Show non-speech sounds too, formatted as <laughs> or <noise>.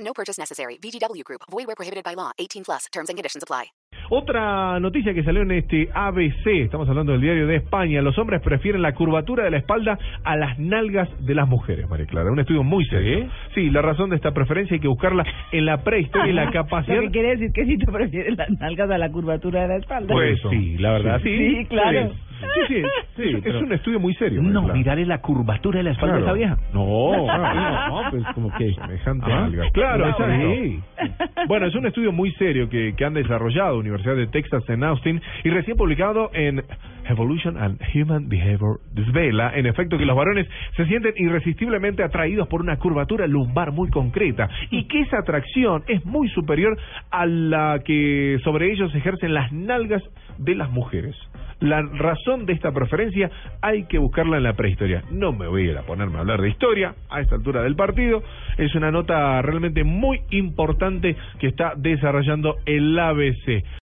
No purchase necessary. VGW Group. Void where prohibited by law. 18 plus. Terms and conditions apply. Otra noticia que salió en este ABC, estamos hablando del diario de España, los hombres prefieren la curvatura de la espalda a las nalgas de las mujeres, María Clara. Un estudio muy serio. Sí, la razón de esta preferencia hay que buscarla en la prehistoria y la capacidad... Lo que quiere decir que si te prefieres las nalgas a la curvatura de la espalda. Pues sí, la verdad, sí. Sí, claro. Sí, sí, sí, <laughs> es un estudio muy serio. María No, Clara. mirarle la curvatura de la espalda Claro. a esa vieja. <laughs> No, no, pues como <laughs> que... Semejante Ah, alga. Claro, claro, exacto. <laughs> Bueno, es un estudio muy serio que, que han desarrollado Universidad de Texas en Austin y recién publicado en Evolution and Human Behavior. Desvela, en efecto, que los varones se sienten irresistiblemente atraídos por una curvatura lumbar muy concreta y que esa atracción es muy superior a la que sobre ellos ejercen las nalgas de las mujeres. La razón de esta preferencia hay que buscarla en la prehistoria. No me voy a ir a ponerme a hablar de historia a esta altura del partido. Es una nota realmente muy importante que está desarrollando el ABC.